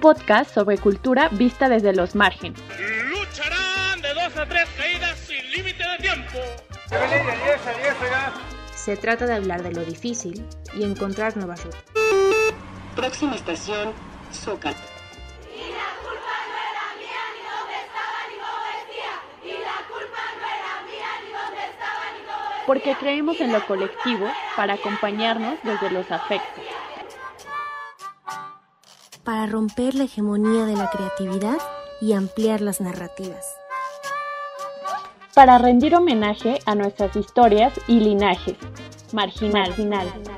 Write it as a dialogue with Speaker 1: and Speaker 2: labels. Speaker 1: podcast sobre cultura vista desde los márgenes.
Speaker 2: Lucharán de dos a tres caídas sin límite de tiempo.
Speaker 3: Se trata de hablar de lo difícil y encontrar nuevas rutas.
Speaker 4: Próxima estación, Zócalo.
Speaker 1: Porque creemos en lo colectivo para acompañarnos desde los afectos.
Speaker 5: para romper la hegemonía de la creatividad y ampliar las narrativas.
Speaker 1: Para rendir homenaje a nuestras historias y linajes. Marginal. Marginal.